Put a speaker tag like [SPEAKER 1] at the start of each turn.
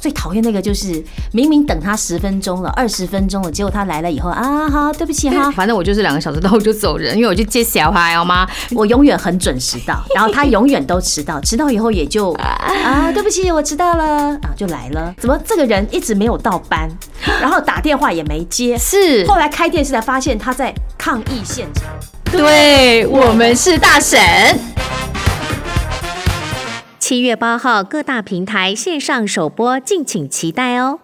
[SPEAKER 1] 最讨厌那个就是明明等他十分钟了、二十分钟了，结果他来了以后啊，好，对不起哈，
[SPEAKER 2] 反正我就是两个小时到我就走人，因为我去接小孩，好吗？
[SPEAKER 1] 我永远很准时到，然后他永远都迟到，迟到以后也就啊，对不起，我迟到了啊，就来了。怎么这个人一直没有到班，然后打电话也没接，
[SPEAKER 2] 是，
[SPEAKER 1] 后来开电视才发现他在抗议现场。
[SPEAKER 2] 对我们是大婶。
[SPEAKER 3] 七月八号各大平台线上首播，敬请期待哦。